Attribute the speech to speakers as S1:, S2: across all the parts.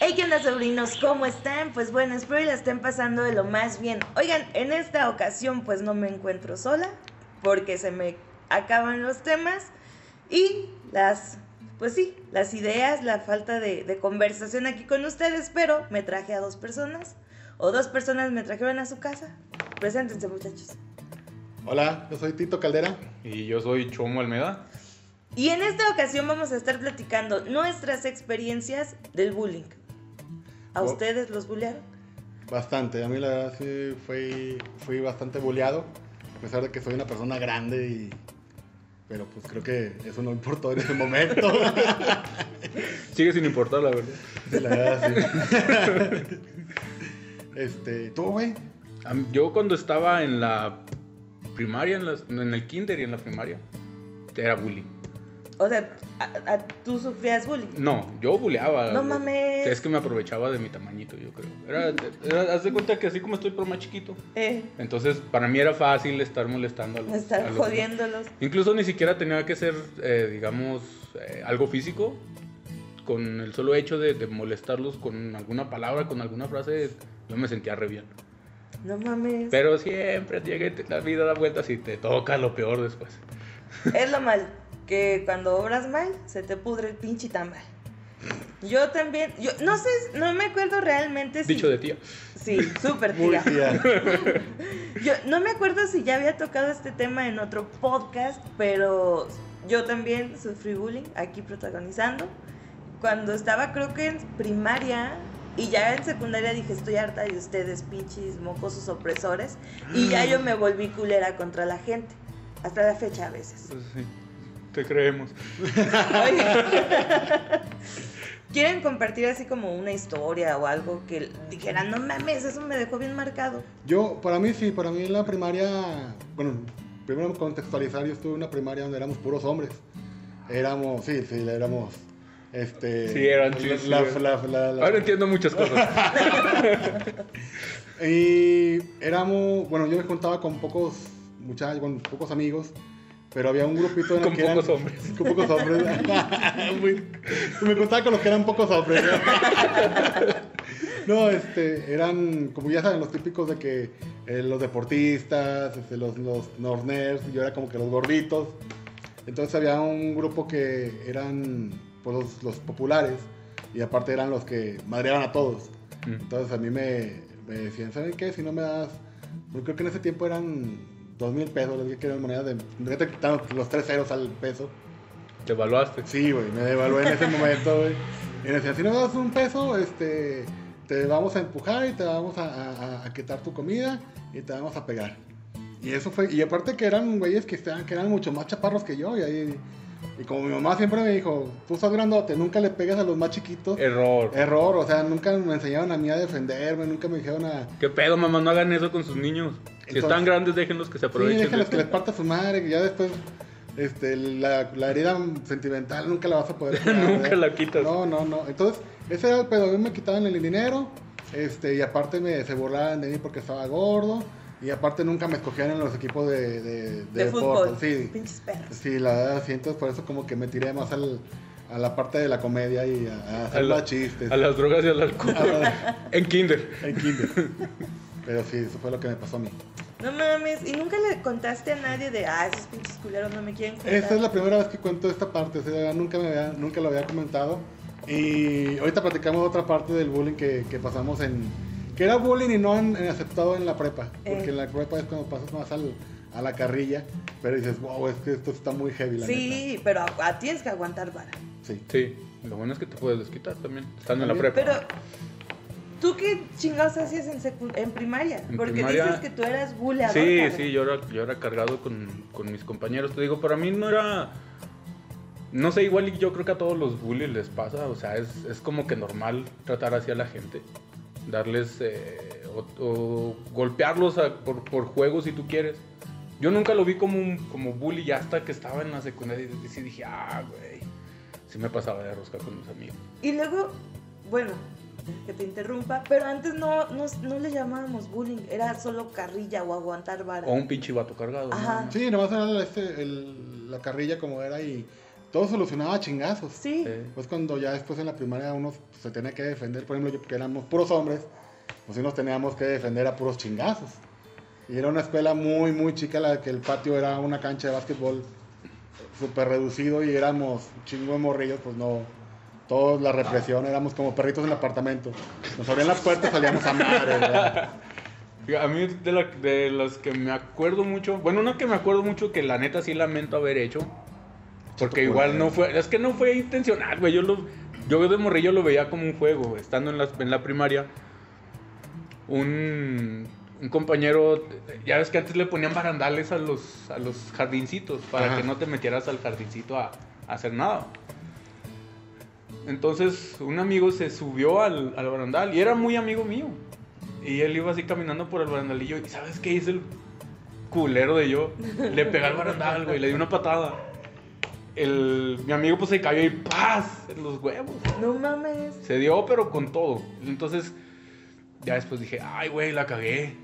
S1: Hey, ¿qué onda, sobrinos? ¿Cómo están? Pues bueno, espero que la estén pasando de lo más bien. Oigan, en esta ocasión, pues no me encuentro sola, porque se me acaban los temas y las, pues sí, las ideas, la falta de, de conversación aquí con ustedes, pero me traje a dos personas, o dos personas me trajeron a su casa. Preséntense, muchachos.
S2: Hola, yo soy Tito Caldera.
S3: Y yo soy Chomo Almeda.
S1: Y en esta ocasión vamos a estar platicando nuestras experiencias del bullying. ¿A
S2: Oh.
S1: ustedes los bullearon?
S2: Bastante, a mí la verdad sí fui, fui bastante boleado, a pesar de que soy una persona grande y... Pero pues creo que eso no importó en ese momento.
S3: Sigue sin importar, la verdad.
S2: Sí, la verdad, sí. Este, ¿tú, güey?
S3: A mí- Yo cuando estaba en la primaria, en, las- en el kinder y en la primaria, era bullying.
S1: O sea, a- a- tú sufrías bullying.
S3: No, yo buleaba.
S1: No mames.
S3: Es que me aprovechaba de mi tamañito, yo creo. Era, era- haz de cuenta que así como estoy, pero más chiquito.
S1: Eh,
S3: Entonces, para mí era fácil estar molestando a los...
S1: me
S3: a
S1: están
S3: los-
S1: jodiéndolos.
S3: Incluso ni siquiera tenía que ser, eh, digamos, eh, algo físico. Con el solo hecho de, de molestarlos con alguna palabra, con alguna frase, yo me sentía re bien.
S1: No mames.
S3: Pero siempre llega y te- la vida da vueltas y te toca lo peor después.
S1: Es lo mal. Que cuando obras mal, se te pudre el pinche tamal. Yo también, yo no sé, no me acuerdo realmente si...
S3: Dicho de tía.
S1: Sí, súper
S2: Muy
S1: tía.
S2: tía.
S1: Yo no me acuerdo si ya había tocado este tema en otro podcast, pero yo también sufrí bullying aquí protagonizando. Cuando estaba creo que en primaria y ya en secundaria dije estoy harta de ustedes, pinches mocosos opresores. Y ya yo me volví culera contra la gente. Hasta la fecha a veces.
S3: te creemos.
S1: Oye. ¿Quieren compartir así como una historia o algo que dijeran, no mames, eso me dejó bien marcado?
S2: Yo, para mí sí, para mí en la primaria, bueno, primero contextualizar, yo estuve en una primaria donde éramos puros hombres. Éramos, sí, sí, éramos, este...
S3: Sí, eran
S2: la-
S3: chis-
S2: la- la- la- la-
S3: Ahora entiendo muchas cosas.
S2: Y éramos, bueno, yo me juntaba con pocos muchachos, con pocos amigos, pero había un grupito en el
S3: Con
S2: que
S3: pocos
S2: eran,
S3: hombres.
S2: Con pocos hombres. Muy- me juntaba con los que eran pocos hombres. No, este, eran, como ya saben, los típicos de que eh, los deportistas, este, los, los, los nerds, yo era como que los gorditos. Entonces había un grupo que eran pues, los, los populares y aparte eran los que madreaban a todos.
S3: Mm.
S2: Entonces a mí me, me decían, ¿saben qué? Si no me das, yo creo que en ese tiempo eran dos mil pesos, los que eran monedas de... Ya te quitaron los tres ceros al peso.
S3: Te evaluaste.
S2: Sí, güey, me devalué en ese momento, güey. Y me decían, si no me das un peso, este, te vamos a empujar y te vamos a, a- a- a quitar tu comida y te vamos a pegar. Y eso fue, y aparte que eran güeyes que, estaban, que eran mucho más chaparros que yo, y ahí... Y como mi mamá siempre me dijo, tú estás grandote, nunca le pegas a los más chiquitos.
S3: Error.
S2: Error, o sea, nunca me enseñaron a mí a defenderme, nunca me dijeron a...
S3: ¿Qué pedo, mamá? No hagan eso con sus niños. Si
S2: Entonces-
S3: están grandes, déjenlos que se
S2: Sí,
S3: aprovechen. este de
S2: déjales
S3: esto.
S2: que les parta su madre, que ya después este, la, la herida sentimental nunca la vas a poder curar,
S3: Nunca
S2: ¿verdad?
S3: la quitas.
S2: No, no, no. Entonces, ese era el pedo, a mí me quitaban el dinero, este, y aparte me, se burlaban de mí porque estaba gordo, y aparte nunca me escogían en los equipos de, de, de
S1: De,
S2: deportes,
S1: fútbol.
S2: Sí,
S1: Pinches perros.
S2: sí, la verdad, sí, entonces por eso como que me tiré más al, a la parte de la comedia y a, a hacer
S3: la-
S2: los chistes.
S3: A las drogas y al alcohol. en kinder.
S2: En kinder. Pero sí, eso fue lo que me pasó a mí.
S1: No mames, y nunca le contaste a nadie de, ah, esos pinches culeros no me quieren contar.
S2: Esta es la primera vez que cuento esta parte, o sea, nunca, me había- nunca lo había comentado. Y ahorita platicamos otra parte del bullying que, que pasamos en... Que era bullying y no en- en aceptado en la prepa. Porque
S1: Eh.
S2: en la prepa es cuando pasas más al- a la carrilla. Pero dices, wow, es que esto está muy heavy, la
S1: Sí, pero a, a- tienes que aguantar vara.
S2: neta". Sí.
S3: Sí. Lo bueno es que te puedes desquitar también. Estando en la
S2: También,
S3: prepa.
S1: Pero, ¿tú qué chingados hacías en, secu- en primaria?
S3: En
S1: Porque
S3: primaria-
S1: dices que tú eras buleador.
S3: Sí,
S1: cabrón.
S3: sí, yo era, yo era cargado con, con mis compañeros. Te digo, para mí no era. No sé, igual y yo creo que a todos los bullies les pasa. O sea, es, es como que normal tratar hacia la gente. Darles. eh, o, o golpearlos a- por, por juego si tú quieres. Yo nunca lo vi como, un, como bully ya hasta que estaba en la secundaria. Y sí dije, ah, güey. Sí me pasaba de rosca con mis amigos.
S1: Y luego, bueno, que te interrumpa, pero antes no, no, no le llamábamos bullying, era solo carrilla o aguantar vara.
S3: O un pinche vato cargado. ¿no?
S1: Ajá.
S2: Sí, nomás era la- este, el- la carrilla como era y todo solucionaba a chingazos.
S1: Sí.
S3: Eh,
S2: Pues cuando ya después en la primaria uno se tenía que defender, por ejemplo, yo porque éramos puros hombres, pues sí nos teníamos que defender a puros chingazos. Y era una escuela muy, muy chica, la que el patio era una cancha de básquetbol súper reducido y éramos chingo de morrillos, pues no. Todos la represión, éramos como perritos en el apartamento. Nos abrían las puertas, salíamos a madre, ¿verdad?
S3: a mí de, la- de las que me acuerdo mucho, bueno, una que me acuerdo mucho que la neta sí lamento haber hecho, porque
S2: Chato
S3: igual no
S2: culero.
S3: fue, es que no fue intencional, güey, yo, lo, yo de morrillo lo veía como un juego, estando en la, en la primaria, un, un compañero, ya ves que antes le ponían barandales a los, a los jardincitos, para
S2: Ajá.
S3: que no te metieras al jardincito a, a hacer nada. Entonces un amigo se subió al, al barandal y era muy amigo mío. Y él iba así caminando por el barandalillo y ¿sabes qué hizo el culero de yo? Le pegó al barandal, güey, le di una patada. El, mi amigo pues se cayó y ¡paz! En los huevos.
S1: No mames.
S3: Se dio, pero con todo. Entonces, ya después dije, ay, güey, la cagué.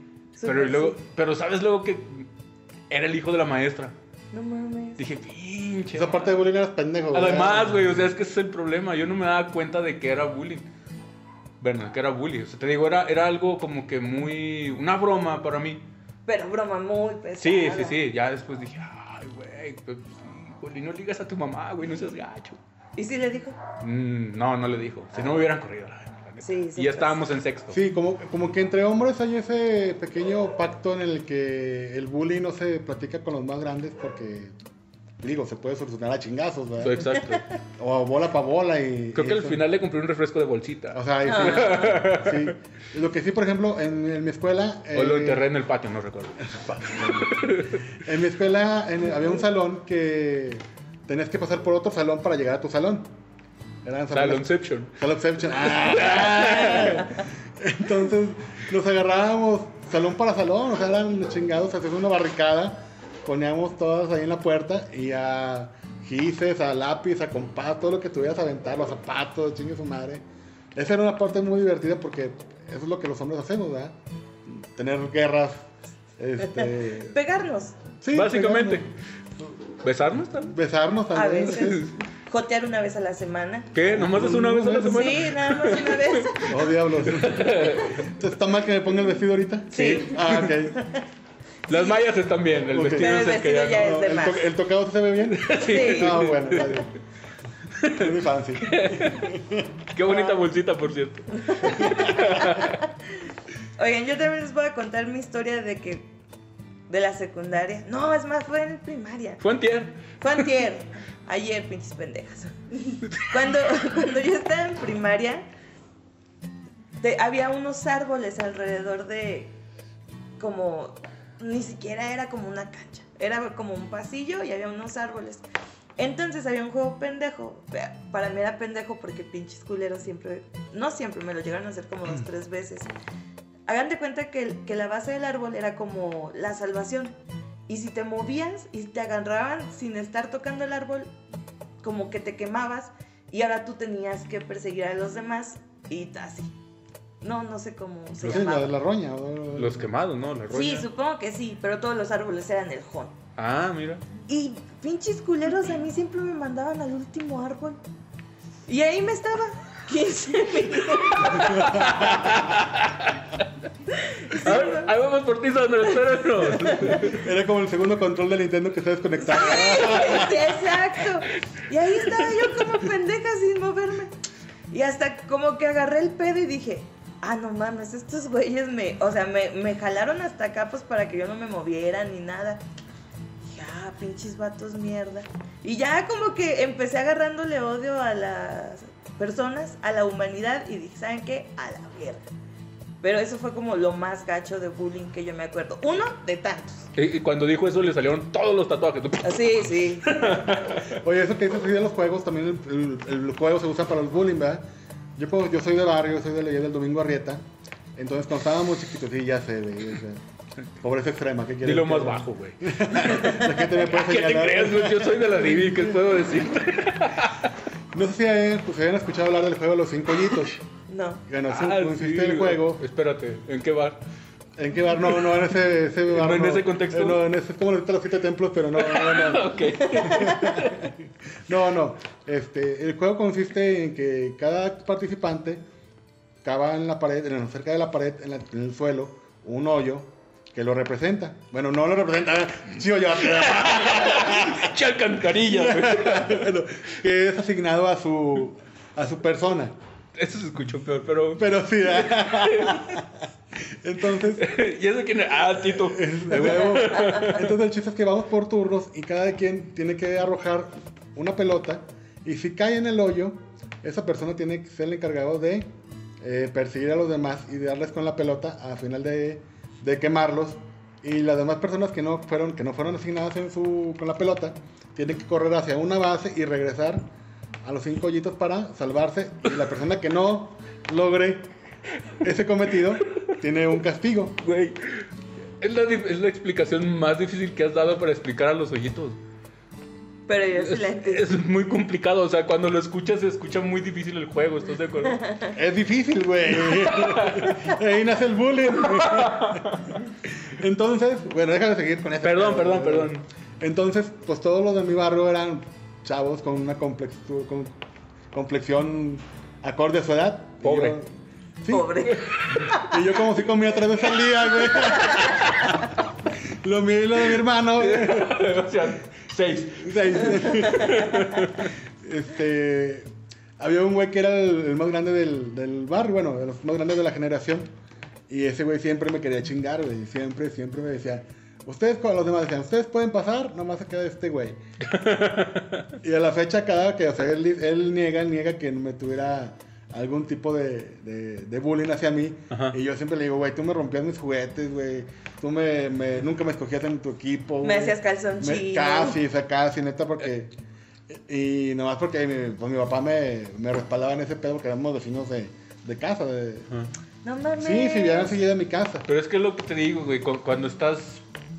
S3: Pero,
S1: Súper
S3: y luego,
S1: sí.
S3: pero sabes luego que era el hijo de la maestra.
S1: No mames.
S3: Dije, pinche.
S2: Esa parte de bullying eras pendejo, güey.
S3: Además, güey, o sea, es que ese es el problema. Yo no me daba cuenta de que era bullying. Bueno, que era bullying. O sea, te digo, era, era algo como que muy. Una broma para mí.
S1: Pero broma muy pesada.
S3: Sí, sí, sí. Ya después dije, ay, güey, pues, híjole, no ligas a tu mamá, güey, no seas gacho.
S1: ¿Y si le dijo?
S3: Mm, no, no le dijo. Si no me hubieran corrido. la neta.
S1: Sí, sí,
S3: y ya estábamos en sexto.
S2: Sí, como, como que entre hombres hay ese pequeño pacto en el que el bullying no se platica con los más grandes porque, digo, se puede solucionar a chingazos,
S3: So,
S2: ¿verdad?
S3: exacto.
S2: O a bola pa' bola y...
S3: Creo
S2: y
S3: que al
S2: eso.
S3: final le compré un refresco de
S2: O
S3: bolsita.
S2: sea, y sí, sí. Lo que sí, por ejemplo, en, en mi escuela...
S3: o lo
S2: eh,
S3: enterré en el patio, no recuerdo.
S2: En mi escuela en- había un salón que tenías que pasar por otro salón para llegar a tu salón. Eran salones
S3: Salonception.
S2: Salón Exception. ¡Ah! Entonces nos agarrábamos salón para salón, o sea, eran los chingados, hacíamos una barricada, poníamos todas ahí en la puerta y a gises, a lápiz, a compás, todo lo que tuvieras a aventar, los zapatos, chingue su madre. Esa era una parte muy divertida porque eso es lo que los hombres hacemos, ¿verdad? Tener guerras. Este,
S1: Pegarnos.
S2: sí,
S3: Básicamente.
S2: pegarnos,
S3: ¿Besarnos también?
S2: besarnos
S1: A
S2: también.
S1: veces. Jotear una vez a la semana.
S2: Ah,
S3: ¿Qué? ¿Nomás es una vez a la semana?
S1: Sí, nada más una vez.
S2: Oh, diablos. Entonces, ¿Está mal que me ponga el vestido ahorita?
S1: Sí.
S2: Ah, ok.
S3: Las mallas están bien, el
S2: Ok.
S3: vestido
S1: Pero
S3: es
S1: el
S3: el que
S1: vestido
S3: ya,
S1: ya
S3: no-
S1: es de
S2: el,
S1: más.
S2: to- el tocado se ve bien.
S1: Sí.
S2: Ah, bueno, está bien. Es muy fancy.
S3: Qué bonita bolsita, por cierto.
S1: Oigan, yo también les voy a contar mi historia de que. de la secundaria. No, es más, fue en primaria.
S3: Fue antier.
S1: Fue antier. Ayer, pinches pendejas. Cuando, cuando yo estaba en primaria, te- había unos árboles alrededor de. como. ni siquiera era como una cancha. Era como un pasillo y había unos árboles. Entonces había un juego pendejo. Para mí era pendejo porque pinches culeros siempre. No siempre, me lo llegaron a hacer como dos, tres veces. Hagan de cuenta que, el- que la base del árbol era como la salvación. Y si te movías y te agarraban sin estar tocando el árbol, como que te quemabas y ahora tú tenías que perseguir a los demás y así. No, no sé cómo se
S2: Sí, la de
S1: llamaba.
S2: la roña. o-
S3: Los quemados, ¿no? La
S1: Sí,
S3: roña.
S1: supongo que sí, pero todos los árboles eran el jón.
S3: Ah, mira.
S1: Y pinches culeros a mí siempre me mandaban al último árbol. Y ahí me estaba. 15 minutos.
S3: A ver, Ahí vamos por ti, Sandra, espéranos.
S2: Era como el segundo control de Nintendo que se desconectaba.
S1: Exacto. Y ahí estaba yo como pendeja sin moverme. Y hasta como que agarré el pedo y dije, ah, no mames, estos güeyes me, o sea, me, me jalaron hasta acá pues para que yo no me moviera ni nada. Dije, ah, pinches vatos mierda. Y ya como que empecé agarrándole odio a las personas, a la humanidad y dije, ¿saben qué? A la mierda. Pero eso fue como lo más gacho de bullying que yo me acuerdo. Uno de tantos.
S3: Y, y cuando dijo eso, le salieron todos los tatuajes.
S1: Así, sí.
S2: Oye, eso que dices así de los juegos, también el, el- el juego se usa para el bullying, ¿verdad? Yo, puedo- yo soy de barrio, soy de leyenda del Domingo Arrieta. Entonces, cuando estábamos chiquitos, sí, ya sé, güey. o sea, Pobreza extrema, ¿qué quieres?
S3: Dilo
S2: que-
S3: más bajo, güey.
S2: La gente me puede
S3: ¿Qué te
S2: señalar.
S3: crees, güey? Yo soy de la Divi, ¿qué puedo decirte?
S2: No sé si hayan, pues, hayan escuchado hablar del juego de los cinco hoyitos.
S1: No.
S2: Bueno,
S3: Ah,
S2: consiste
S3: sí,
S2: pues, el
S3: güey.
S2: juego
S3: Espérate, ¿en qué bar?
S2: ¿En qué bar? No, no, en ese, ese bar.
S3: No, en ese contexto.
S2: Eh, No, en ese, es como ahorita los siete templos, pero no, no, no. no.
S3: Ok.
S2: No, no. Este, el juego consiste en que cada participante cava en la pared, en- cerca de la pared, en, la- en el suelo, un hoyo que lo representa. Bueno, no lo representa. Sí, hoyo.
S3: Che, alcantarillas, güey.
S2: bueno, que es asignado a su, a su persona.
S3: Eso se escuchó peor, pero.
S2: Pero sí. ah. Entonces,
S3: ¿Y eso quién es? Ah, Tito.
S2: de huevo. Entonces el chiste es que vamos por turnos y cada quien tiene que arrojar una pelota y si cae en el hoyo, esa persona tiene que ser el encargado de eh, perseguir a los demás y de darles con la pelota a final de, de quemarlos y las demás personas que no fueron que no fueron asignadas en su, con la pelota tienen que correr hacia una base y regresar a los cinco hoyitos para salvarse y la persona que no logre ese cometido tiene un castigo.
S3: Güey. Es la, dif- es la explicación más difícil que has dado para explicar a los hoyitos.
S1: Pero yo sí
S3: Es,
S1: la entendí.
S3: es muy complicado, o sea, cuando lo escuchas se escucha muy difícil el juego, ¿estás de acuerdo?
S2: Es difícil, güey. Ahí nace el bullying. Entonces, bueno, déjame seguir con eso.
S3: Perdón, perdón, perdón.
S2: Entonces, pues todos los de mi barrio eran chavos con una complexu- con complexión acorde a su edad. Y
S3: Pobre.
S2: yo- sí,
S1: Pobre.
S2: Y yo como si comía tres veces al día, güey. Lo mío y lo de mi hermano, güey.
S3: o sea, seis.
S2: Seis. este. Había un güey que era el, el más grande del, del barrio, bueno, de los más grandes de la generación. Y ese güey siempre me quería chingar, güey. Siempre, siempre me decía. Ustedes, con los demás decían, ustedes pueden pasar, nomás se queda este güey. y a la fecha, cada que, o sea, él, di- él niega, niega que me tuviera algún tipo de, de- de bullying hacia mí.
S3: Ajá.
S2: Y yo siempre le digo, güey, tú me rompías mis juguetes, güey. Tú me, me- nunca me escogías en tu equipo.
S1: Me
S2: güey.
S1: hacías calzón
S2: Me-
S1: chino.
S2: Casi, o sea, casi, neta, porque. Y nomás porque mi, pues, mi papá me, me respaldaba en ese pedo porque éramos vecinos de, de casa. de-
S3: Ajá.
S1: No mames.
S2: Sí, sí, vieron seguido en mi casa.
S3: Pero es que es lo que te digo, güey, cu- cuando estás,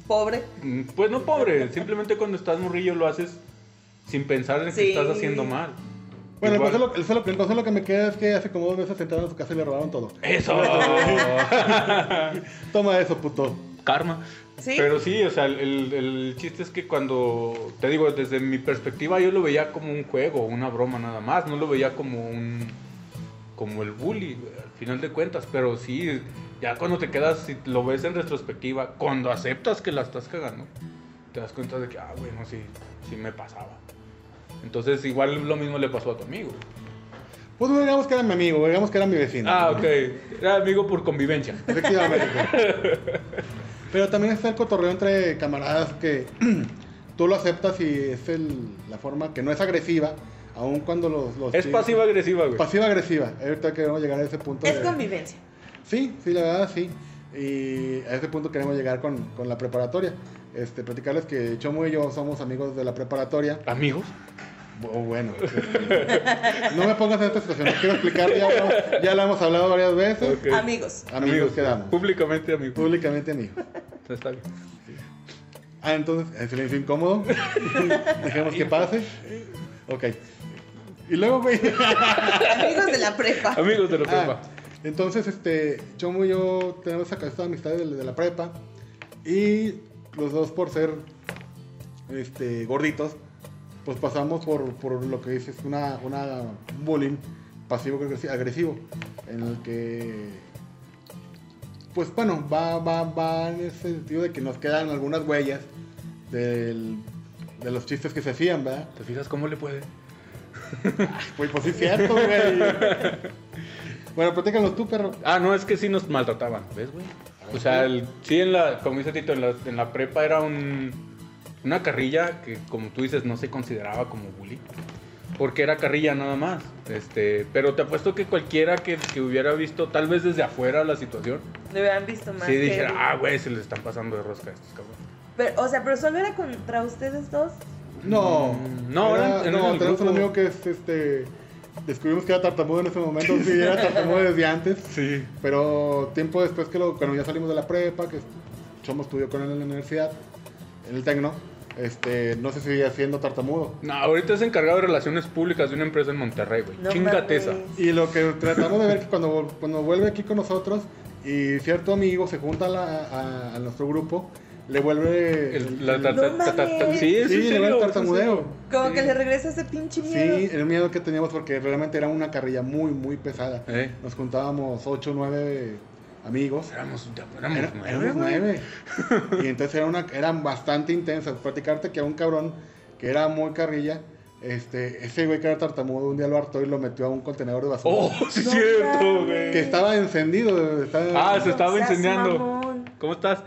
S1: Pobre.
S3: mm, pues no pobre, simplemente cuando estás morrillo lo haces sin pensar en que
S1: Sí.
S3: estás haciendo mal.
S2: Bueno, el
S3: Igual-
S2: pasó lo, el solo- el pasó lo que me queda es que hace como dos meses entraron a su casa y le robaron todo.
S3: Eso.
S2: Toma eso, puto.
S3: Karma.
S1: Sí.
S3: Pero sí, o sea, el, el chiste es que cuando, te digo, desde mi perspectiva yo lo veía como un juego, una broma nada más, no lo veía como un, como el bully, güey, al final de cuentas, pero sí, ya cuando te quedas, si lo ves en retrospectiva, cuando aceptas que la estás cagando, te das cuenta de que, ah, bueno, sí, sí me pasaba. Entonces igual lo mismo le pasó a tu amigo.
S2: Pues no digamos que era mi amigo, digamos que era mi vecino.
S3: Ah, ok, era amigo por convivencia.
S2: Efectivamente. Pero también está el cotorreo entre camaradas que tú lo aceptas y es el- la forma que no es agresiva, aun cuando los... los
S3: Es
S2: chicos-
S3: pasiva-agresiva, güey.
S2: Pasiva-agresiva. Ahorita queremos llegar a ese punto.
S1: Es
S2: de-
S1: convivencia.
S2: Sí, sí, la verdad, sí. Y a ese punto queremos llegar con, con la preparatoria. Este, platicarles que Chomo y yo somos amigos de la preparatoria.
S3: ¿Amigos?
S2: O bueno, este, no me pongas en esta situación, lo quiero explicar, ya, lo- ya la hemos hablado varias veces.
S3: Ok.
S1: Amigos.
S2: Amigos, quedamos.
S3: Públicamente amigos.
S2: Públicamente amigos.
S3: Está bien.
S2: Ah, entonces, el silencio incómodo. Dejemos que pase. Ok. Y luego, güey.
S1: Amigos de la prepa.
S3: Amigos de la
S2: Ah,
S3: prepa.
S2: entonces, este, Chomo y yo tenemos acá esta amistad de, de la prepa. Y los dos, por ser este, gorditos, pues pasamos por, por lo que dices, una, una un bullying pasivo-agresivo. En el que. Pues bueno, va, va, va en el sentido de que nos quedan algunas huellas del- de los chistes que se hacían, ¿verdad?
S3: ¿Te fijas cómo le puede?
S2: Pues, pues sí, es cierto, güey. Bueno, platícanos tú, perro.
S3: Ah, no, es que sí nos maltrataban, ¿ves, güey? O sea, el- sí, en la, como dice Tito, en la, en la prepa era un, una carrilla que, como tú dices, no se consideraba como bullying. Porque era carrilla nada más. Este, pero te apuesto que cualquiera que, que hubiera visto, tal vez desde afuera la situación,
S1: Me hubieran visto más.
S3: sí
S1: que-
S3: dijera, ah, güey, se les están pasando de rosca a estos cabrones.
S1: Pero, o sea, pero solo era contra ustedes dos.
S2: No,
S3: Mm, no,
S2: Era-
S3: eran- eran
S2: no,
S3: el
S2: tenemos un
S3: grupo.
S2: amigo que es este. Descubrimos que era tartamudo en ese momento, sí, era tartamudo desde antes.
S3: Sí.
S2: Pero tiempo después que lo, cuando ya salimos de la prepa, que Chomo estudió con él en la universidad, en el Tecno, este, no se seguía siendo tartamudo.
S3: No, ahorita es encargado de relaciones públicas de una empresa en Monterrey, güey.
S1: No
S3: Chingate
S1: mames.
S3: esa.
S2: Y lo que tratamos de ver que cuando, cuando vuelve aquí con nosotros, Y cierto amigo se junta a, la- a- a nuestro grupo, le vuelve.
S3: El- la tar-
S1: No
S3: tar- tar- tar-
S1: mames.
S3: sí, es
S2: sí,
S3: en
S2: le
S3: serio,
S2: vuelve
S3: es en
S2: tartamudeo.
S3: serio.
S1: Como
S3: Sí.
S1: que le regresa ese pinche
S2: Sí,
S1: miedo.
S2: el miedo que teníamos porque realmente era una carrilla muy, muy pesada.
S3: Eh,
S2: Nos juntábamos 8 o 9 amigos.
S3: éramos, ya
S2: Era-
S3: éramos nueve,
S2: éramos
S3: güey.
S2: nueve. y entonces era una, eran bastante intensas. Platicarte que era un cabrón que era muy carrilla. Este, ese güey que era tartamudo un día lo hartó y lo metió a un contenedor de basura.
S3: Oh, sí, es
S1: No
S3: cierto,
S1: mames.
S3: güey.
S2: Que estaba encendido. Estaba,
S3: Ah, se estaba
S1: No seas
S3: enseñando.
S1: mamón.
S3: ¿Cómo estás?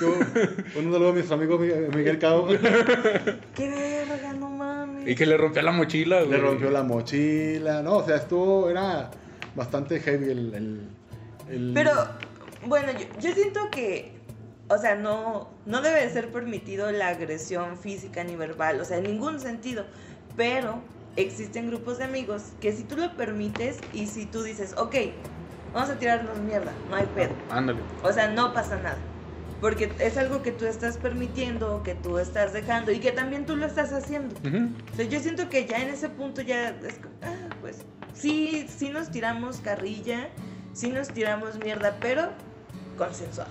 S2: Yo- un saludo a mis amigos Mi- Miguel Cabo.
S1: Qué verga, no mames.
S3: Y que le rompió la mochila, güey.
S2: Le rompió la mochila. No, o sea, estuvo. Era bastante heavy el. el- el-
S1: Pero, bueno, yo, yo siento que, o sea, no, no debe de ser permitido la agresión física ni verbal, o sea, en ningún sentido. Pero existen grupos de amigos que si tú lo permites y si tú dices, ok, vamos a tirarnos mierda, no hay pedo.
S3: Ándale.
S1: O sea, no pasa nada. Porque es algo que tú estás permitiendo, que tú estás dejando y que también tú lo estás haciendo.
S3: Ujú.
S1: O sea, yo siento que ya en ese punto ya es como, ah, pues sí, sí nos tiramos carrilla, sí nos tiramos mierda, pero consensuado.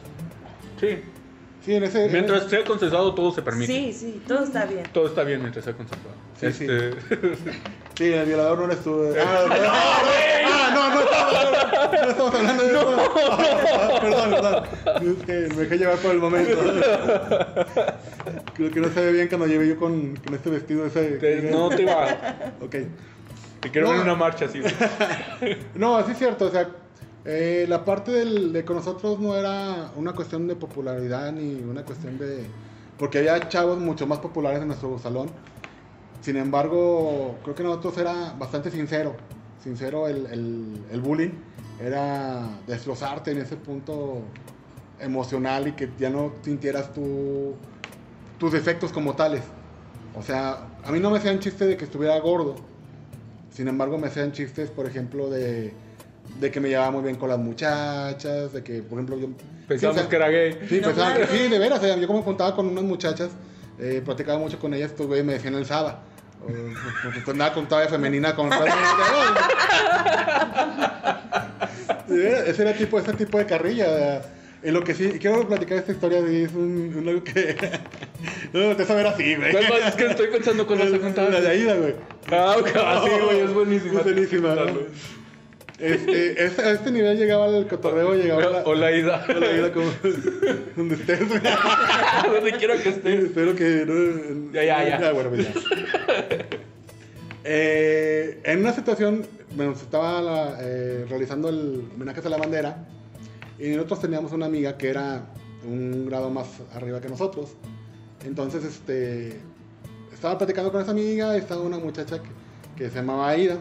S3: Sí.
S2: Sí, en ese. en
S3: Mientras sea consensuado, todo se permite.
S1: Sí, sí, todo está bien.
S3: Todo está bien mientras sea consensuado.
S2: Sí, sí.
S3: Este,
S2: ese- sí, el violador no eres tú. Ah, no, ah, no, no, estamos- no, estamos hablando de eso. Perdón, perdón. Es que me dejé llevar por el momento. Creo que no se ve bien cuando llevé yo con, con este vestido ese.
S3: te- no te va.
S2: Ok.
S3: Te quiero
S2: No.
S3: ver en una marcha así. güey.
S2: No, sí es cierto, o sea, eh, la parte del- de con nosotros no era una cuestión de popularidad ni una cuestión de... Porque había chavos mucho más populares en nuestro salón. Sin embargo, creo que nosotros era bastante sincero. Sincero el, el- el bullying. Era deslozarte en ese punto emocional y que ya no sintieras tu- tus defectos como tales. O sea, a mí no me hacían chiste de que estuviera gordo. Sin embargo, me hacían chistes, por ejemplo, de, de que me llevaba muy bien con las muchachas, de que, por ejemplo, yo...
S3: Pensamos
S2: sí, o sea,
S3: que era gay.
S2: Sí,
S1: No
S2: pensaban que-
S1: mames.
S2: sí, de veras, o sea, yo como juntaba con unas muchachas, eh, platicaba mucho con ellas, pues, güey, me decían el Saba. O, pues, pues, nada, con todavía femenina, con... De veras, Ese era tipo, ese tipo de carrilla. En lo que sí, y quiero platicar esta historia, sí, es un, un algo que... no me lo vas a ver así, güey.
S3: No, no, es que estoy pensando cuando se contaba.
S2: La de Aida, güey.
S3: Ah, ok, ah, sí, güey, es buenísima.
S2: Es buenísima, ¿no?
S3: Dale.
S2: Este, es- a este nivel llegaba el cotorreo, llegaba la...
S3: Hola, Ida.
S2: Hola, Aida, ¿cómo- ¿Dónde estés, güey?
S3: Donde quiera que estés.
S2: Espero que no.
S3: Ya, ya, ya.
S2: bueno, pues ya. Eh, en una situación, bueno, se estaba la- eh, realizando el homenaje a la bandera y nosotros teníamos una amiga que era un grado más arriba que nosotros. Entonces, este, estaba platicando con esa amiga, estaba una muchacha que, que se llamaba Aida,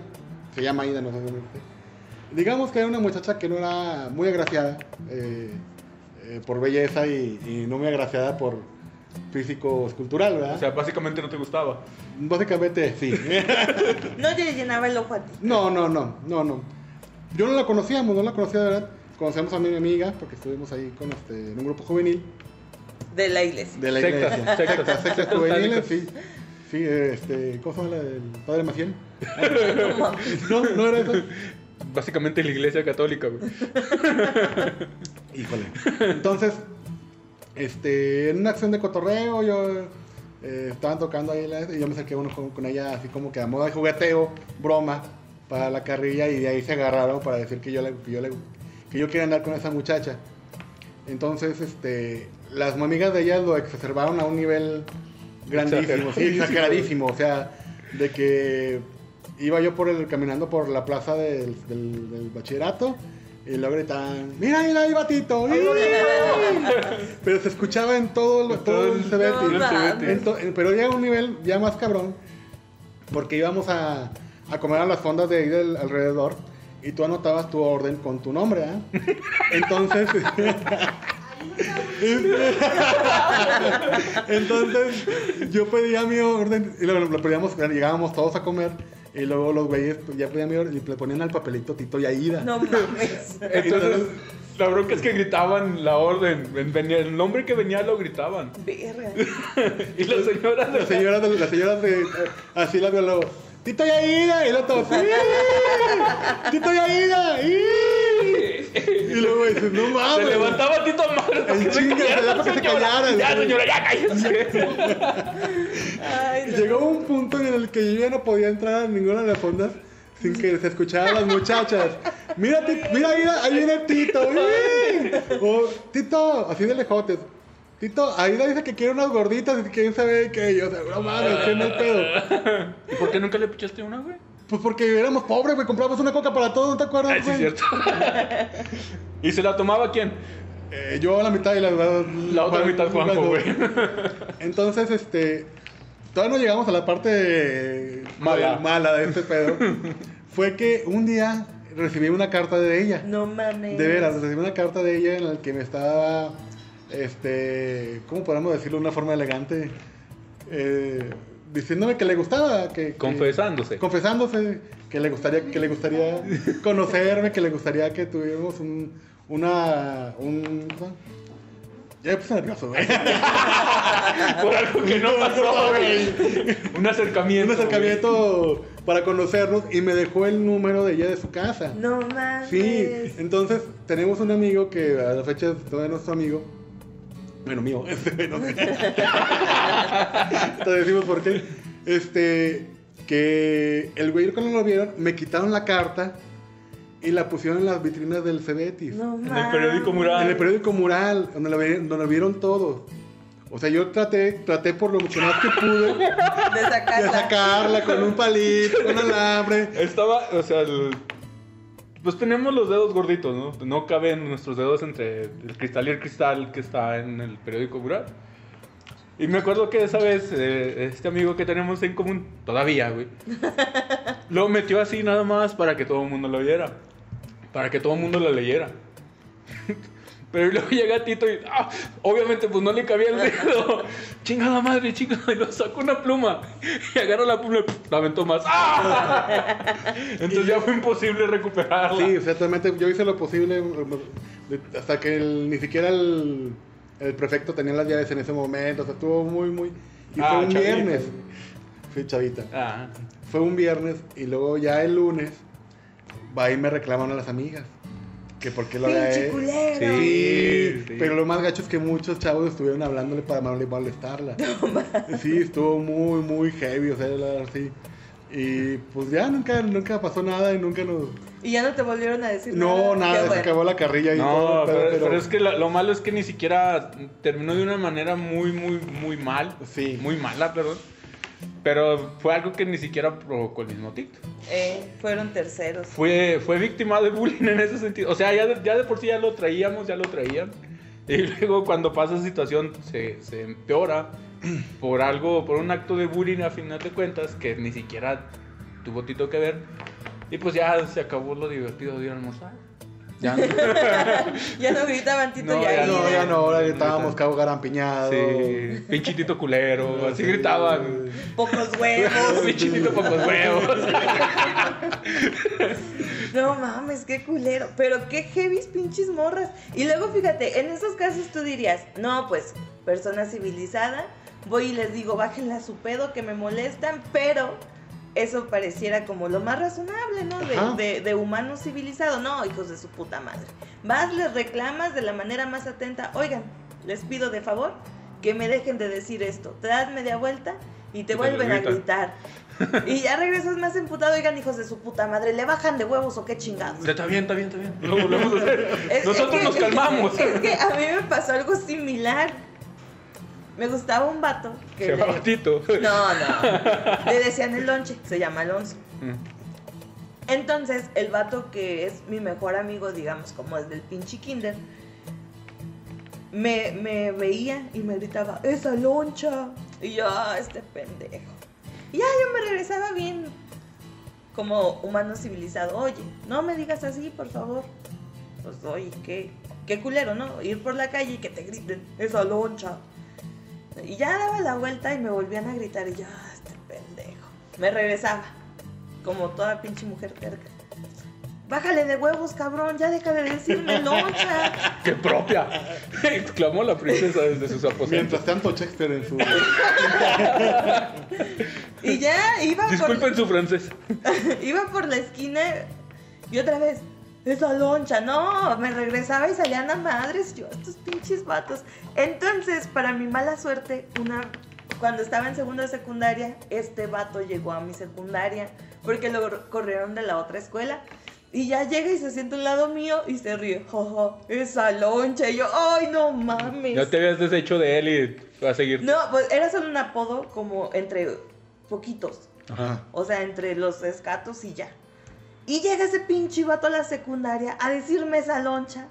S2: se llama Aida, no sé cómo se- Digamos que era una muchacha que no era muy agraciada eh, eh, por belleza y, y no muy agraciada por físico escultural, ¿verdad?
S3: O sea, básicamente no te gustaba.
S2: Básicamente sí.
S1: No te llenaba el ojo a ti.
S2: No, no, no, no, no. Yo no la conocíamos, no la conocía de verdad. Conocemos a mi amiga porque estuvimos ahí con este, en un grupo juvenil
S1: De la iglesia.
S2: de la
S3: Sectas,
S2: iglesia.
S3: sectas,
S2: sectas, sectas
S3: sectas
S2: juveniles,
S3: satánicas.
S2: sí. Sí, este, ¿cómo se llama la del padre Maciel?
S1: No mames.
S2: No, no era eso.
S3: Básicamente la iglesia católica, güey.
S2: Híjole. Entonces, este, en una acción de cotorreo, yo eh, estaban tocando ahí la- y yo me saqué uno con, con ella así como que a modo de jugueteo, broma, para la carrilla y de ahí se agarraron para decir que yo le, que yo le- que yo quería andar con esa muchacha. Entonces, este, las amigas de ella lo exacerbaron a un nivel grandísimo, sí,
S3: Exageradísimo.
S2: exageradísimo, o sea, de que iba yo por el caminando por la plaza del, del- del bachillerato y luego gritaban, mira, mira, ahí batito. Pero se escuchaba en todo, lo- todo el
S1: No,
S2: Cebeti.
S1: no.
S2: Ento- eh, pero llega un nivel ya más cabrón, porque íbamos a, a comer a las fondas de ahí del alrededor y tú anotabas tu orden con tu nombre, ¿ah? Entonces... Entonces yo pedía mi orden y lo, lo pedíamos, llegábamos todos a comer y luego los güeyes pues, ya pedían mi orden y le ponían al papelito Tito y Aida.
S1: No mames.
S3: Entonces, la bronca es que gritaban la orden. Ven- venía- el nombre que venía lo gritaban.
S1: Verga.
S3: Y la señora
S2: Las señoras de, las señoras de eh, así las violó. Tito y Aida y el otro. ¡sí! Tito y Aida. ¡sí! Y luego dices, no
S3: Se
S2: mames.
S3: levantaba Tito Madre para
S2: En
S3: que se
S2: chinga, ya para
S3: callara,
S2: Ah, que se
S3: señora.
S2: callara,
S3: Ya,
S2: güey.
S3: señora, ya cállese.
S1: Ay, no.
S2: Llegó un punto en el que yo ya no podía entrar a ninguna de las fondas sin que se escucharan las muchachas. Mira, ti- mira, mira, ahí viene Tito. ¡uy! O Tito, así de lejotes. Tito, Aida dice que quiere unas gorditas y quién sabe qué. Yo, o sea, no mames, qué mal pedo.
S3: ¿Y por qué nunca le pichaste una, güey?
S2: Pues porque éramos pobres, güey, compramos una coca para todos, ¿no te acuerdas,
S3: Ay, Ah, sí, es
S2: Ah, güey?
S3: cierto. ¿Y se la tomaba quién?
S2: Eh, yo a la mitad y la, la,
S3: La otra mitad, Juanjo, güey.
S2: Entonces, este. Todavía no llegamos a la parte
S3: Mala.
S2: mala, mala de este pedo. Fue que un día recibí una carta de ella.
S1: No mames.
S2: De veras, recibí una carta de ella en la que me estaba. Este. ¿Cómo podemos decirlo de una forma elegante? Eh, diciéndome que le gustaba. Que, que-
S3: Confesándose.
S2: confesándose que le gustaría que le gustaría conocerme que le gustaría que tuviéramos un una un ya me puse nervioso güey.
S3: Por algo que no pasó, güey. Un acercamiento.
S2: un acercamiento para conocernos y me dejó el número de ella de su casa
S1: No mames.
S2: sí entonces tenemos un amigo que a la fecha todavía no es nuestro amigo bueno mío este, no sé. te decimos por qué este que el güey cuando lo vieron me quitaron la carta y la pusieron en las vitrinas del Cebetis
S1: No
S3: el
S1: mames.
S3: periódico mural.
S2: En el periódico Mural, donde lo, vi- donde lo vieron todo. O sea, yo traté, traté por lo mucho más que pude de
S1: De sacarla.
S2: sacarla con un palito, con alambre.
S3: Estaba, o sea, el- pues tenemos los dedos gorditos, ¿no? No caben nuestros dedos entre el cristal y el cristal que está en el periódico Mural. Y me acuerdo que esa vez eh, este amigo que tenemos en común, todavía, güey, lo metió así nada más para que todo el mundo lo viera, para que todo el mundo lo leyera. Pero luego llega Tito y ¡ah! obviamente pues no le cabía el dedo. chingada madre, chingada, y lo sacó una pluma y agarra la pluma y la aventó más. ¡Ah! Entonces ya fue imposible recuperarla.
S2: Sí, exactamente. Yo hice lo posible eh, hasta que el- ni siquiera el, el prefecto tenía las llaves en ese momento. O sea, estuvo muy, muy. Y
S3: Ah,
S2: fue un
S3: chavita.
S2: viernes. Sí, chavita.
S3: Ah,
S2: Fue un viernes y luego ya el lunes va y me reclaman a las amigas. Que por qué lo había
S1: Pinche
S2: hecho.
S1: culero.
S2: eh. Sí,
S3: Sí, sí.
S2: pero lo más gacho es que muchos chavos estuvieron hablándole para mal- molestarla. Sí, estuvo muy, muy heavy, o sea, la verdad, sí. Y pues ya nunca, nunca pasó nada y nunca nos...
S1: Y ya no te volvieron a decir
S2: No,
S1: Qué
S2: nada, se
S1: bueno.
S2: acabó la carrilla y
S3: No,
S2: todo.
S3: pero, pero es que la- lo malo es que ni siquiera terminó de una manera muy, muy, muy mal.
S2: Sí.
S3: Muy mala, perdón. Pero fue algo que ni siquiera provocó el mismo Tito.
S1: Eh, fueron terceros.
S3: Fue, fue víctima de bullying en ese sentido. O sea, ya de, ya de por sí ya lo traíamos, ya lo traían. Y luego cuando pasa esa situación se, se empeora por algo, por un acto de bullying a final de cuentas que ni siquiera tuvo Tito que ver. Y pues ya se acabó lo divertido de ir a almorzar. Ya no.
S1: Ya no gritaban Tito
S3: No,
S1: y
S3: ya
S1: Aida.
S2: No, ya no, ahora
S3: No,
S2: gritábamos
S3: está-
S2: cabo garampiñado.
S3: Sí, pinchitito culero, así
S2: Sí.
S3: gritaban.
S1: Pocos huevos.
S3: Pinchitito pocos huevos.
S1: No mames, qué culero. Pero qué heavy pinches morras. Y luego fíjate, en esos casos tú dirías, no, pues, persona civilizada, voy y les digo, bájenla a su pedo que me molestan, pero eso pareciera como lo más razonable, ¿no?
S2: Ajá.
S1: De, de- de humano civilizado. No, hijos de su puta madre. Vas, les reclamas de la manera más atenta, oigan, les pido de favor que me dejen de decir esto. Te das media vuelta y te
S3: Y te
S1: vuelven a
S3: gritan.
S1: gritar. Y ya regresas más emputado, oigan, hijos de su puta madre, ¿le bajan de huevos o qué chingados?
S3: Está bien, está bien, está bien. Lo volvemos a hacer.
S1: Es-
S3: Nosotros
S1: es que-
S3: nos calmamos.
S1: Es que a mí me pasó algo similar. Me gustaba un vato que
S3: Se
S1: le-
S3: va Tito.
S1: No, no. Le decían el lonche, se llama Alonso. Entonces, el vato que es mi mejor amigo, digamos, como es del pinche kinder, me, me veía y me gritaba, esa loncha. Y yo, "Ah, este pendejo. Y ya yo me regresaba bien como humano civilizado. Oye, no me digas así, por favor. Pues, oye, qué, qué culero, ¿no? Ir por la calle y que te griten, esa loncha. Y ya daba la vuelta y me volvían a gritar. Y yo, "Ah, este pendejo. Me regresaba, como toda pinche mujer terca. Bájale de huevos, cabrón, ya deja de decirme loncha.
S3: ¡Qué propia! Exclamó la princesa desde sus aposentos.
S2: Mientras tanto Shakespeare en su...
S1: Y ya iba por,
S3: Disculpen su francés.
S1: iba por la esquina y otra vez, esa loncha. No, me regresaba y salían a madres yo, estos pinches vatos. Entonces, para mi mala suerte, una cuando estaba en segundo de secundaria, este vato llegó a mi secundaria porque lo corrieron de la otra escuela. Y ya llega y se sienta a un lado mío y se ríe. Jojo, esa loncha. Y yo, ay, no mames.
S3: Ya te habías deshecho de él y va a seguir.
S1: No, pues era solo un apodo como entre poquitos.
S2: Ajá.
S1: O sea, entre los escatos y ya. Y llega ese pinche vato a la secundaria a decirme esa loncha.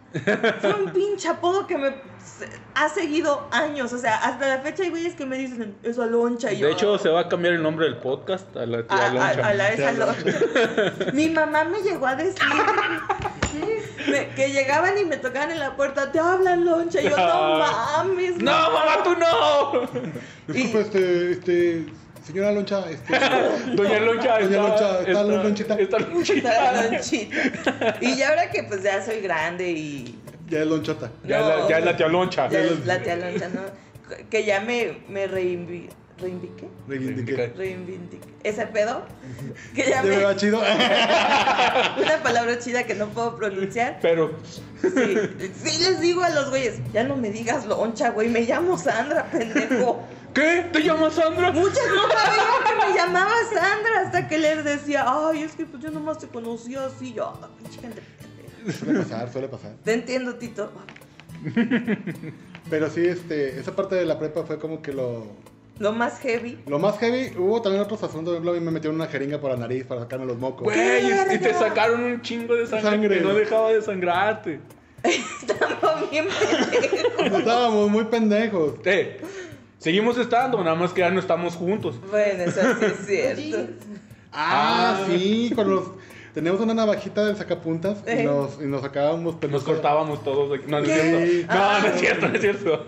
S1: Fue un pinche apodo que me se- ha seguido años. O sea, hasta la fecha hay güeyes que me dicen esa loncha. Y yo,
S3: De hecho, se va a cambiar el nombre del podcast a la
S1: a,
S3: tía
S1: a-
S3: Loncha.
S1: a la esa
S2: Tía
S1: loncha. Mi mamá me llegó a decir me- que llegaban y me tocaban en la puerta, te hablan loncha. Y yo, no mames.
S3: ¡No, mamá, tú no!
S2: Disculpe,
S1: Y-
S2: este, este, señora Loncha, este,
S3: Doña Loncha,
S2: Doña Loncha, está la Lonchita.
S3: Está
S1: Esa
S3: Lonchita.
S1: lonchita. Y ya ahora que pues ya soy grande y
S2: ya es Lonchota.
S3: Ya, es la, ya es la tía
S2: Ah,
S3: Loncha.
S1: Ya es la tía Loncha, ¿no? Que ya me, me reinvi- reinviqué,
S2: Reivindiqué.
S1: reivindiqué. Ese pedo. Que ya
S2: ¿De
S1: me.
S2: verdad chido?
S1: Una palabra chida que no puedo pronunciar.
S3: Pero,
S1: Sí, sí les digo a los güeyes, ya no me digas loncha, güey. Me llamo Sandra, pendejo.
S3: ¿qué? ¿Te llamas Sandra?
S1: Muchas no sabían que me llamaba Sandra hasta que les decía, ay, es que pues yo nomás te conocía así. Yo, "Ah, pinche gente pendeja".
S2: Suele pasar, suele pasar.
S1: Te entiendo, Tito.
S2: Pero sí, este, esa parte de la prepa fue como que lo,
S1: Lo más heavy.
S2: lo más heavy. Hubo también otros asuntos, por ejemplo, a mí me metieron una jeringa por la nariz para sacarme los mocos.
S3: Güey,
S1: Verga.
S3: y te sacaron un chingo de sangre,
S2: Sangre.
S3: que no dejaba de sangrarte.
S1: Estaba bien pendejo.
S2: Estábamos muy pendejos.
S3: Eh, seguimos estando, nada más que ya no estamos juntos.
S1: Bueno, eso sí es cierto.
S2: Ah,
S3: Ah.
S2: sí, con los... Teníamos una navajita de sacapuntas y
S1: Eh.
S2: nos, y nos sacábamos
S3: Nos
S2: pelusa-
S3: cortábamos todos aquí. No, no es
S1: ¿Qué?
S3: cierto. No,
S1: Ah.
S3: no es cierto, no es cierto.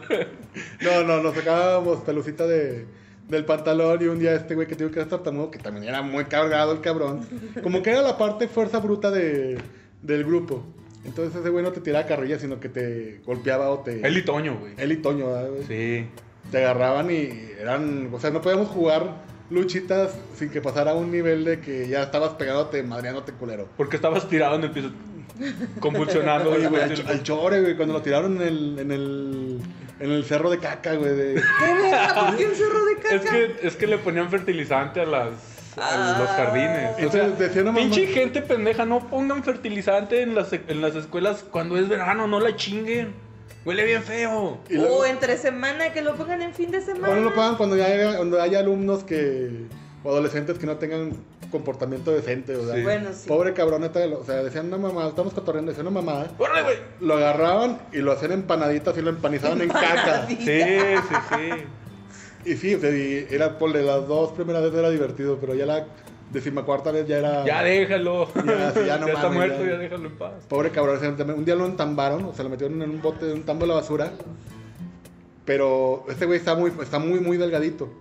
S2: No, no, nos sacábamos pelucita de, del pantalón y un día este güey que tiene que era tartamudo, que también era muy cargado el cabrón, como que era la parte fuerza bruta de, del grupo. Entonces ese güey no te tiraba carrilla, sino que te golpeaba o te...
S3: Él y Toño, güey.
S2: él y Toño, ¿verdad, güey?
S3: Sí.
S2: Te agarraban y eran... O sea, no podíamos jugar luchitas sin que pasara un nivel de que ya estabas pegándote, madreándote culero.
S3: Porque estabas tirado en el piso, convulsionando.
S2: Oye,
S3: güey,
S2: güey, al,
S3: así.
S2: cho- al chore, güey, cuando lo tiraron en el, en el, en el cerro de caca, güey, de...
S1: ¿Qué verga? ¿Por qué un cerro de caca?
S3: es, que, es que le ponían fertilizante a, las, a los
S1: Ah.
S3: jardines. O sea,
S2: Entonces decía nomás...
S3: pinche gente pendeja, no pongan fertilizante en las, en las escuelas cuando es verano, no la chinguen. Huele bien feo.
S2: y
S1: o
S2: luego-
S1: entre semana, que lo pongan en fin de semana.
S2: Ahora lo pagan cuando ya haya, cuando haya alumnos que o adolescentes que no tengan comportamiento decente, o sea,
S3: Sí.
S1: Bueno, sí.
S2: pobre cabrón, neta, lo- o sea, decían una mamada, estamos cotorreando, decían una mamada,
S3: ¡Órale, güey!
S2: lo agarraban y lo hacían empanaditas y lo empanizaban en caca.
S1: Empanadita.
S3: Sí, sí, sí.
S2: Y sí, o sea, y era por las dos primeras veces era divertido, pero ya la decimacuarta vez ya era
S3: Ya déjalo.
S2: Ya, sí, ya no
S3: está
S2: mames,
S3: muerto,
S2: ya.
S3: ya. déjalo en paz.
S2: pobre cabrón, o sea, también un día lo entambaron, o sea, lo metieron en un bote, en un tambo de la basura. Pero este güey está muy está muy muy delgadito.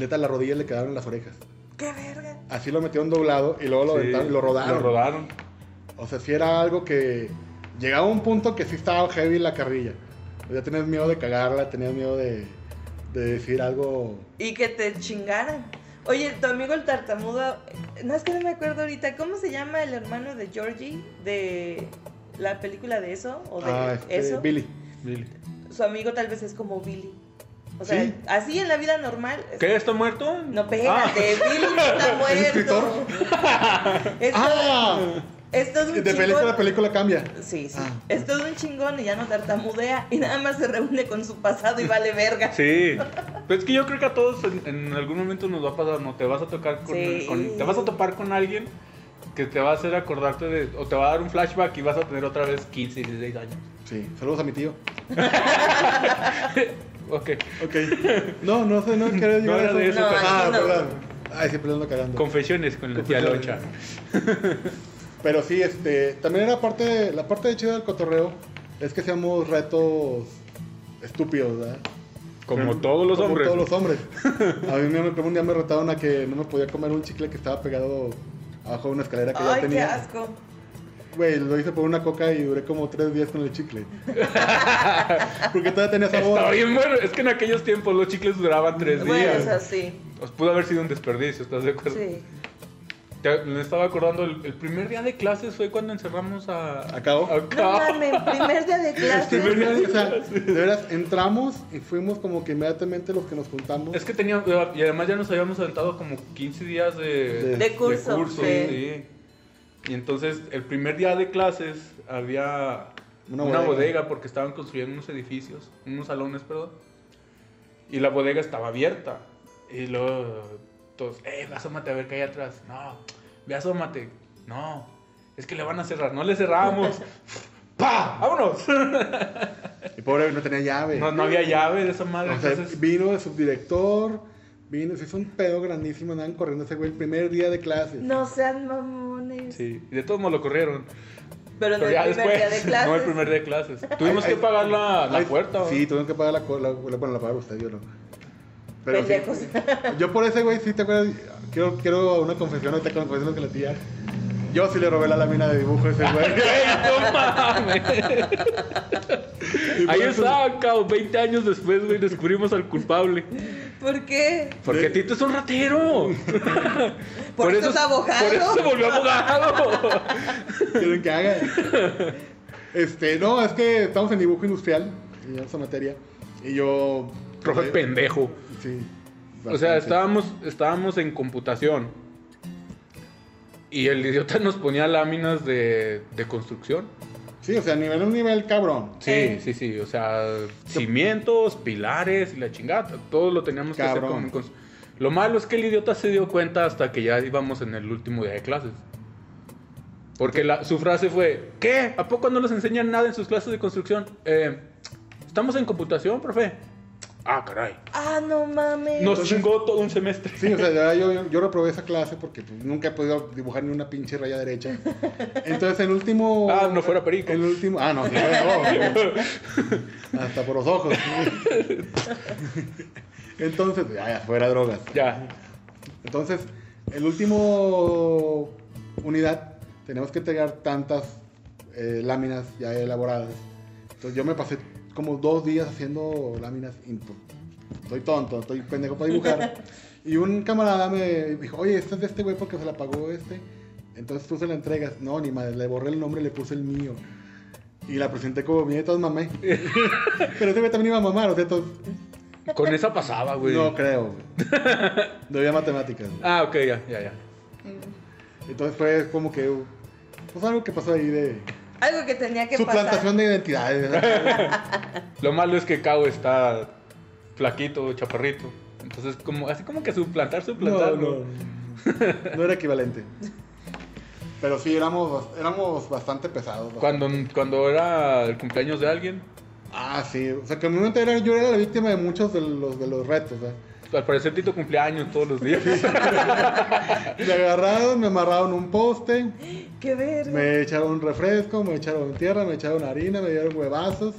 S2: Neta las rodillas le quedaron en las orejas.
S1: ¿Qué verga?
S2: Así lo metieron doblado y luego lo,
S3: Sí,
S2: aventaron y lo rodaron.
S3: Lo rodaron.
S2: O sea, sí era algo que llegaba a un punto que sí estaba heavy la carrilla. O sea, tenías miedo de cagarla, tenías miedo de, de decir algo.
S1: Y que te chingaran. Oye, tu amigo el tartamudo, no es que no me acuerdo ahorita, ¿cómo se llama el hermano de Georgie de la película de eso? ¿O de
S2: Ah, este,
S1: eso?
S2: Billy.
S3: Dile.
S1: Su amigo tal vez es como Billy. O sea,
S2: Sí.
S1: así en la vida normal.
S3: ¿Qué? ¿Está muerto? Ah.
S1: No, pégate, Billy está
S2: Ah. ¿El escritor?
S1: muerto. Es
S2: ¡Ah!
S1: todo- Es todo un
S2: De
S1: chingón.
S2: película a película cambia.
S1: Sí, sí.
S2: Ah.
S1: Es todo un chingón y ya no tartamudea y nada más se reúne con su pasado y vale verga.
S3: Sí. Pero es que yo creo que a todos en, en algún momento nos va a pasar, ¿no? Te vas a tocar con,
S1: Sí.
S3: con- Te vas a topar con alguien que te va a hacer acordarte de. O te va a dar un flashback y vas a tener otra vez 15, 16 años.
S2: Sí, saludos a mi tío.
S3: Ok.
S2: Ok. No, no sé, no quiero llegar
S3: era
S2: a
S3: de eso, No,
S1: pero-
S2: ah,
S1: aquí no.
S2: perdón. Ay, siempre ando cagando.
S3: Confesiones con la tía Locha.
S2: Confesiones. Pero sí, este, también era parte de, la parte de chida del cotorreo es que seamos retos estúpidos, ¿verdad?
S3: Como todos los
S2: Como
S3: hombres.
S2: todos los hombres. A mí me, un día me retaron a que no me podía comer un chicle que estaba pegado abajo de una escalera que ya
S1: Ay, qué
S2: tenía.
S1: asco.
S2: Güey, lo hice por una coca y duré como tres días con el chicle. Porque todavía tenía sabor.
S3: Está bien bueno. Es que en aquellos tiempos los chicles duraban tres
S1: Bueno,
S3: días.
S1: o sea, sí.
S3: Os pudo haber sido un desperdicio, ¿estás de acuerdo?
S1: Sí.
S3: te- me estaba acordando, el, el primer día de clases fue cuando encerramos a...
S2: ¿A Cabo?
S3: a
S1: No
S3: Cabo.
S1: mames, primer día de
S2: De
S1: clase.
S3: Primer-
S2: veras, o sea, de veras, entramos y fuimos como que inmediatamente los que nos juntamos.
S3: Es que tenía, y además ya nos habíamos aventado como 15 días de,
S2: De-
S1: De curso.
S3: curso,
S1: sí.
S3: sí. Y entonces el primer día de clases había
S2: Una
S3: una,
S2: bodega.
S3: bodega. porque estaban construyendo unos edificios, unos salones, perdón. Y la bodega estaba abierta. Y luego todos, eh, ve, asómate a ver qué hay atrás. No, ve, asómate. No, es que le van a cerrar. No le cerramos. ¡Pah! ¡Vámonos!
S2: Y pobre no tenía llave.
S3: No, no había llave de esa madre.
S2: O sea,
S3: entonces-
S2: vino el subdirector, vino, se hizo un pedo grandísimo, andaban corriendo ese güey el primer día de clases.
S1: No sean mamones.
S3: sí, y de todos modos lo corrieron.
S1: Pero no
S3: Pero
S1: el
S3: ya
S1: primer
S3: después,
S1: día de clases.
S3: no el primer día de clases. Tuvimos
S2: Ay,
S3: que
S2: ay,
S3: pagar la, Ah, la
S2: Ay,
S3: puerta. ¿o?
S2: Sí, tuvieron que pagar la, cu- la, la- bueno, la pagaron usted, yo no. Pero sí.
S1: Pendejos.
S2: yo por ese güey sí te acuerdas, quiero, quiero una confesión, ahorita con confesión que la tía. Yo sí le robé la lámina de dibujo a ese güey.
S3: Güey, no mames.
S2: Y por
S3: Ahí
S2: eso-
S3: estaba, cabrón. 20 años después, güey, descubrimos al culpable.
S1: ¿Por qué?
S3: Porque Tito es un ratero.
S1: Por, eso es abogado.
S3: Por eso se volvió abogado.
S2: Quieren que haga. Este, no, es que estamos en dibujo industrial, y en esa materia, y yo... eh,
S3: Profe pendejo.
S2: Sí.
S3: O sea,
S2: bastante.
S3: estábamos, estábamos en computación. Y el idiota nos ponía láminas de, de construcción.
S2: Sí, o sea, nivel un nivel cabrón.
S3: Sí,
S1: Eh.
S3: sí, sí. O sea, cimientos, pilares y la chingada. Todo lo teníamos que hacer
S2: Cabrón.
S3: con, con- Lo malo es que el idiota se dio cuenta hasta que ya íbamos en el último día de clases. Porque la- su frase fue, ¿qué? ¿A poco no les enseñan nada en sus clases de construcción? Eh, Estamos en computación, profe. Ah, caray.
S1: Ah, no mames.
S3: Nos
S2: Entonces-
S3: chingó todo un semestre.
S2: Sí, o sea, ya yo, yo, yo reprobé esa clase porque pues, nunca he podido dibujar ni una pinche raya derecha. Entonces, el último.
S3: Ah, no fuera perico.
S2: El último. Ah, no, sí, no, no. Hasta por los ojos. Entonces, ya, ya, fuera drogas.
S3: Ya.
S2: Entonces, el último unidad, tenemos que entregar tantas eh, láminas ya elaboradas. Entonces, yo me pasé como dos días haciendo láminas input. Estoy tonto, estoy pendejo para dibujar. y un camarada me dijo, oye, esta es de este güey porque se la pagó este. Entonces tú se la entregas. No, ni madre, le borré el nombre y le puse el mío. Y la presenté como mía y todos mamé. Pero ese güey también iba a mamar, o sea, todos-
S3: Con esa pasaba, güey.
S2: No creo, güey. No había matemáticas. güey.
S3: Ah, ok, ya, ya, ya.
S2: Entonces fue como que, pues algo que pasó ahí de
S1: Algo que tenía que
S2: suplantación de identidades. ¿verdad?
S3: Lo malo es que Kao está flaquito, chaparrito. Entonces, como, así como que suplantar, suplantar.
S2: no, no, no era equivalente. Pero sí, éramos, bas- éramos bastante pesados. ¿no?
S3: Cuando, cuando era el cumpleaños de alguien,
S2: Ah, sí. O sea, que en un momento era, yo era la víctima de muchos de los, de los retos. ¿verdad?
S3: al parecer Tito cumpleaños todos los días.
S2: Me agarraron, me amarraron un poste,
S1: pasar. Qué verga.
S2: me echaron un refresco, me echaron tierra, me echaron harina, me dieron huevazos,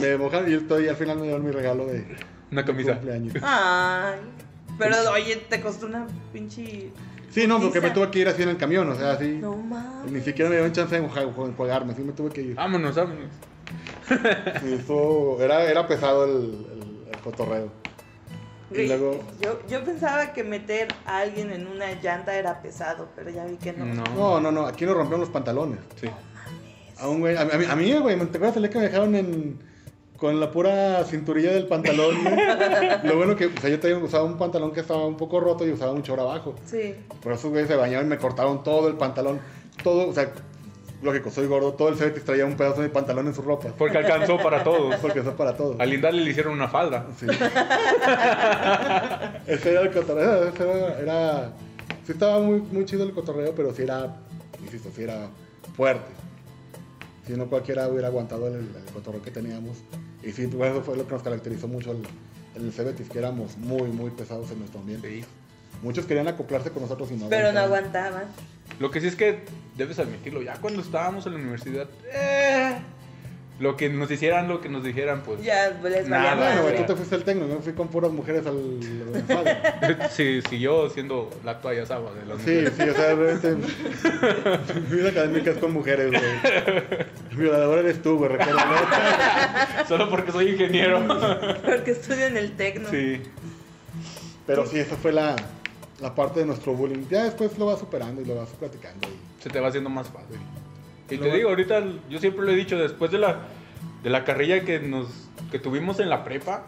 S2: me mojaron y estoy, al final me dieron mi regalo de,
S3: Una
S2: de
S3: camisa.
S2: cumpleaños.
S1: Ay. Pero, oye, te costó una pinche.
S2: Sí, no, porque me
S1: Lisa.
S2: tuve que ir así en el camión, o sea, así.
S1: No mames.
S2: Ni siquiera me dieron chance de enjuag- enjuag- enjuagarme, así me tuve que ir.
S3: Vámonos, vámonos.
S2: Sí, estuvo- era, era pesado el, el- el cotorreo. Y
S1: Güey,
S2: luego,
S1: yo, yo pensaba que meter a alguien en una llanta era pesado, pero ya vi que no.
S3: No.
S2: no, no, no, aquí nos rompieron los pantalones.
S3: Sí.
S2: A un güey, a, a mí- a mí, güey, ¿te acuerdas el día que me dejaron en, con la pura cinturilla del pantalón? güey? Lo bueno que, o sea, yo tenía, usaba un pantalón que estaba un poco roto y usaba un chor abajo.
S1: Sí.
S2: Pero esos güeyes se bañaron y me cortaron todo el pantalón, todo, o sea, lógico, soy gordo, todo el fétiz traía un pedazo de pantalón en su ropa.
S3: Porque alcanzó para todos.
S2: Porque eso es para todos.
S3: Al Indale le hicieron una falda.
S2: Sí. ese era el cotorreo, ese era, era- Sí estaba muy, muy chido el cotorreo, pero sí era, insisto, sí era fuerte. Si no cualquiera hubiera aguantado el, el cotorreo que teníamos. Y sí, pues, eso fue lo que nos caracterizó mucho el, el Cebetis, que éramos muy, muy pesados en nuestro ambiente.
S3: Sí.
S2: Muchos querían acoplarse con nosotros y no
S1: Pero no
S2: aguantaban.
S1: aguantaban.
S3: Lo que sí es que debes admitirlo, ya cuando estábamos en la universidad, eh, lo que nos hicieran, lo que nos dijeran, pues.
S1: Ya les valía
S3: Nada,
S2: Bueno, güey, tú
S1: madre.
S2: te fuiste al tecno, yo fui con puras mujeres al... al-
S3: Sí, siguió siendo la toalla saba de la
S2: Sí, sí, o sea, realmente. Mi vida académica es con mujeres, güey. El violador eres tú, güey, recuerda, ¿no?
S3: Solo porque soy ingeniero.
S1: Porque estudian el tecno.
S3: Sí.
S2: Pero sí, esa fue la, la parte de nuestro bullying. Ya después lo vas superando y lo vas platicando. y-
S3: se te va haciendo más fácil. Y
S2: Lo
S3: te
S2: va-
S3: digo, ahorita yo siempre lo he dicho, después de la, de la carrilla que, nos, que tuvimos en la prepa,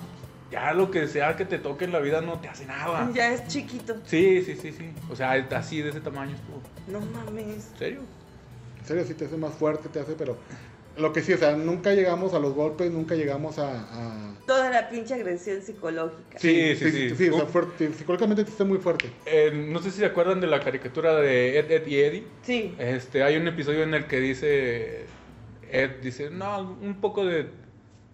S3: ya lo que sea que te toque en la vida no te hace nada.
S1: Ya es chiquito.
S3: Sí, sí, sí, sí. O sea, así de ese tamaño estuvo.
S1: No mames.
S3: ¿En serio?
S2: en serio, sí te hace más fuerte, te hace, pero lo que sí, o sea, nunca llegamos a los golpes, nunca llegamos a. a-
S1: Toda la pinche agresión psicológica.
S3: Sí, sí, sí.
S2: o sea,
S3: Uh.
S2: fuerte, psicológicamente te hace muy fuerte.
S3: Eh, no sé si se acuerdan de la caricatura de Ed, Ed y Eddie.
S1: Sí.
S3: Este, hay un episodio en el que dice Ed dice, "No, un poco de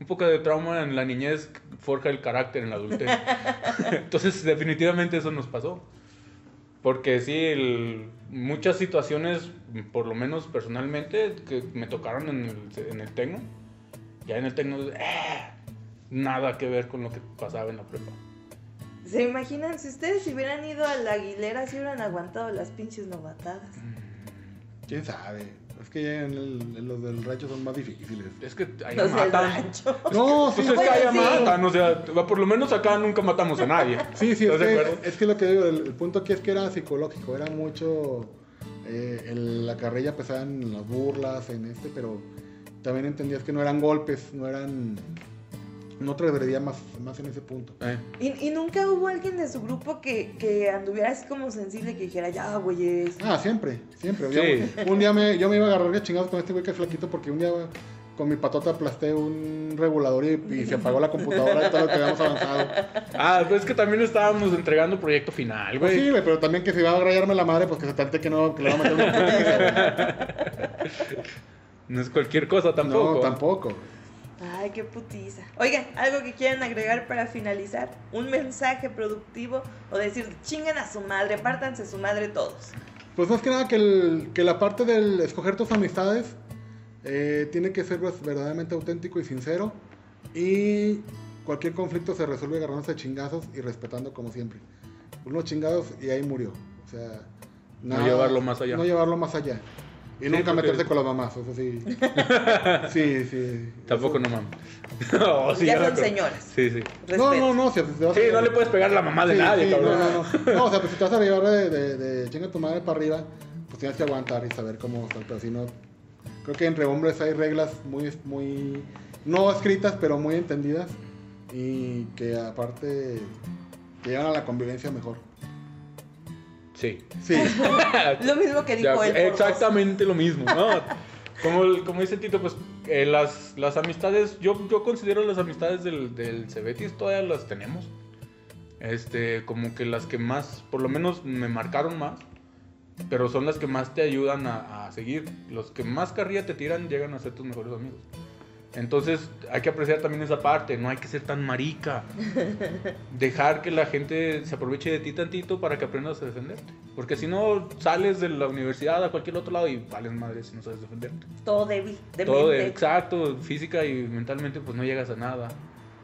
S3: un poco de trauma en la niñez forja el carácter en la adultez." Entonces, definitivamente eso nos pasó. Porque sí, el- muchas situaciones, por lo menos personalmente, que me tocaron en el, en el tecno. Ya en el tecno, eh, nada que ver con lo que pasaba en la prepa.
S1: ¿Se imaginan si ustedes si hubieran ido a la Aguilera si hubieran aguantado las pinches novatadas?
S2: Quién sabe. Es que ya en el- en los del rancho son más difíciles.
S3: Es que ahí
S1: Los del
S3: matan.
S1: rancho.
S2: No, sí,
S3: Pues es que
S1: Bueno,
S3: allá
S1: sí.
S3: matan, o sea, por lo menos acá nunca matamos a nadie.
S2: Sí, sí, es
S3: ¿Estás de
S2: que,
S3: acuerdo?
S2: es que lo que digo, el, el punto aquí es que era psicológico, era mucho. eh, el- la carrilla pesaba en las burlas, en este, pero también entendías que no eran golpes, no eran. No transgredía más, más en ese punto.
S3: Eh,
S1: ¿Y, y nunca hubo alguien de su grupo que, que anduviera así como sensible que dijera, ya, güey, es...
S2: Ah, siempre, siempre.
S3: Sí.
S2: Yo- un día me, yo me iba a agarrar de chingados con este güey que es flaquito porque un día con mi patota aplasté un regulador y, y se apagó la computadora y todo lo que habíamos avanzado.
S3: Ah, pues es que también estábamos entregando proyecto final,
S2: Pues sí,
S3: güey.
S2: güey, pero también que si va a rayarme la madre, pues que se tante que no, que le va a meter una putiza, güey.
S3: No es cualquier cosa tampoco.
S2: No, tampoco.
S1: Ay, qué putiza. Oigan, algo que quieran agregar para finalizar, un mensaje productivo o decir, chingan a su madre, pártanse su madre todos.
S2: Pues más que nada que, el- que la parte del escoger tus amistades eh, tiene que ser pues, verdaderamente auténtico y sincero. Y cualquier conflicto se resuelve agarrándose a chingazos y respetando como siempre. Unos chingados y ahí murió. O sea,
S3: No llevarlo más allá.
S2: No llevarlo más allá. Y
S3: Sí,
S2: nunca
S3: porque-
S2: meterse con las mamás, eso sí. sí, sí.
S3: Tampoco
S2: Eso-
S3: no mames. No, Ah, sí,
S1: ya
S3: yo me
S1: son
S3: acuerdo.
S1: señoras.
S3: Sí, sí.
S2: No,
S1: Respeto.
S2: no, no. Si te vas a-
S3: Sí, no le puedes pegar a la mamá Ah, de
S2: Sí,
S3: nadie,
S2: sí, No,
S3: cabrón.
S2: no, no. No, o sea, pues si te vas a llevar de, de, de chinga tu madre para arriba, pues tienes que aguantar y saber cómo está. Pero si no, creo que entre hombres hay reglas muy, muy, no escritas, pero muy entendidas. Y que aparte te llevan a la convivencia mejor.
S3: Sí.
S2: Sí,
S1: Lo mismo que dijo
S3: Ya,
S1: él. por
S3: exactamente lo mismo. ¿no? Como, el- como dice Tito, pues eh, las, las amistades, yo, yo considero las amistades del, del Cebetis todavía las tenemos. Este, como que las que más, por lo menos me marcaron más, pero son las que más te ayudan a, a seguir. Los que más carrilla te tiran llegan a ser tus mejores amigos. Entonces hay que apreciar también esa parte, no hay que ser tan marica. Dejar que la gente se aproveche de ti tantito para que aprendas a defenderte. Porque si no, sales de la universidad a cualquier otro lado y vales madre si no sabes defenderte.
S1: dos. Todo débil. De
S3: Todo
S1: mente.
S3: exacto, física y mentalmente pues no llegas a nada.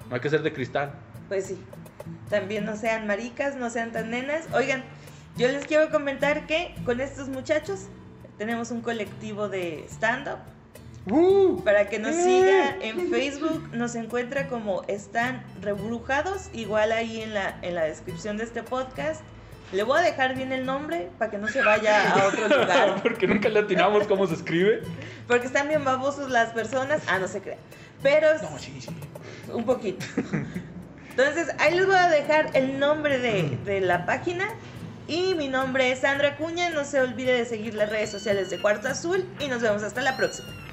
S3: No hay que ser de cristal.
S1: Pues sí. También no sean maricas, no sean tan nenas. Oigan, yo les quiero comentar que con estos muchachos tenemos un colectivo de stand-up. Para que nos siga en Facebook, nos encuentra como están rebrujados, igual ahí en la, en la descripción de este podcast. Le voy a dejar bien el nombre para que no se vaya a otro lugar.
S3: Porque nunca le atinamos cómo se escribe.
S1: Porque están bien babosos las personas. Ah, no se crean. Pero
S3: No, sí, sí.
S1: un poquito. Entonces, ahí les voy a dejar el nombre de,
S3: Mm.
S1: de la página. Y mi nombre es Sandra Cuña. No se olvide de seguir las redes sociales de Cuarto Azul. Y nos vemos hasta la próxima.